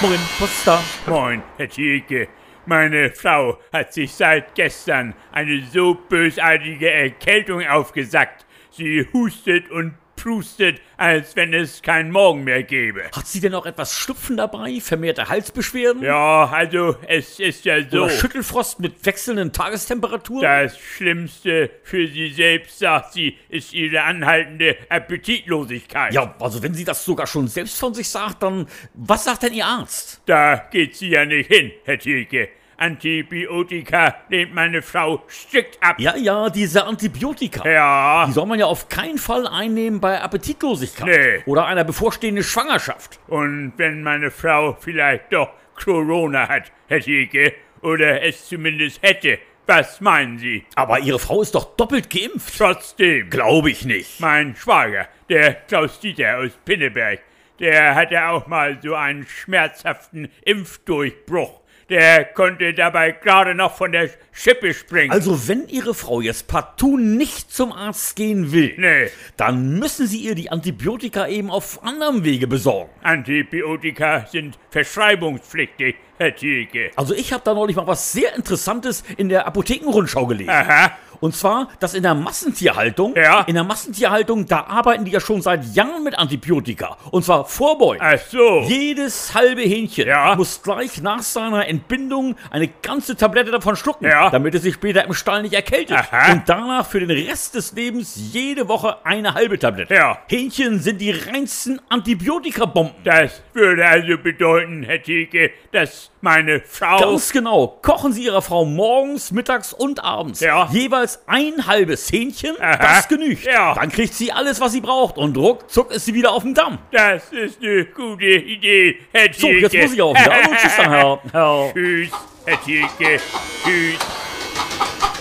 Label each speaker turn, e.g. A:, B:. A: Moin, Potsdam.
B: Moin, Herr Thielke. Meine Frau hat sich seit gestern eine so bösartige Erkältung aufgesackt. Sie hustet und prustet, als wenn es kein Morgen mehr gäbe.
A: Hat sie denn auch etwas Schnupfen dabei? Vermehrte Halsbeschwerden?
B: Ja, also es ist ja so.
A: Oder Schüttelfrost mit wechselnden Tagestemperaturen?
B: Das Schlimmste für sie selbst, sagt sie, ist ihre anhaltende Appetitlosigkeit.
A: ja, also wenn sie das sogar schon selbst von sich sagt, dann was sagt denn ihr Arzt?
B: Da geht sie ja nicht hin, Herr Thielke. Antibiotika lehnt meine Frau strikt ab.
A: Ja, ja, diese Antibiotika.
B: ja.
A: Die soll man ja auf keinen Fall einnehmen bei Appetitlosigkeit
B: Nee.
A: oder einer bevorstehenden Schwangerschaft.
B: Und wenn meine Frau vielleicht doch Corona hat, Herr Thielke, oder es zumindest hätte, was meinen Sie?
A: Aber ihre Frau ist doch doppelt geimpft.
B: Trotzdem,
A: Glaube ich nicht.
B: mein Schwager, der Klaus-Dieter aus Pinneberg, der hatte auch mal so einen schmerzhaften Impfdurchbruch. Der konnte dabei gerade noch von der Schippe springen.
A: Also wenn ihre Frau jetzt partout nicht zum Arzt gehen will,
B: nee,
A: dann müssen Sie ihr die Antibiotika eben auf anderem Wege besorgen.
B: Antibiotika sind verschreibungspflichtig, Herr Thielke.
A: Also ich habe da neulich mal was sehr Interessantes in der Apothekenrundschau gelesen.
B: Aha,
A: Und zwar, dass in der Massentierhaltung,
B: Ja.
A: in der Massentierhaltung, da arbeiten die ja schon seit Jahren mit Antibiotika. Und zwar vorbeugend.
B: ach so.
A: Jedes halbe Hähnchen
B: Äh. Ja.
A: muss gleich nach seiner Entbindung eine ganze Tablette davon schlucken,
B: Ja.
A: damit es sich später im Stall nicht erkältet.
B: Aha.
A: Und danach für den Rest des Lebens jede Woche eine halbe Tablette.
B: Ja.
A: Hähnchen sind die reinsten Antibiotikabomben.
B: Das würde also bedeuten, Herr Thielke, dass meine Frau.
A: Ganz genau. Kochen Sie Ihrer Frau morgens, mittags und abends
B: Ja.
A: jeweils ein halbes Hähnchen,
B: Aha.
A: das genügt.
B: Ja.
A: Dann kriegt sie alles, was sie braucht und ruckzuck ist sie wieder auf dem Damm.
B: Das ist eine gute Idee, Herr
A: So, jetzt
B: Thielke.
A: Also, muss ich auch. Ja, und tschüss dann, Herr. Herr.
B: Tschüss, Herr Thielke. Tschüss.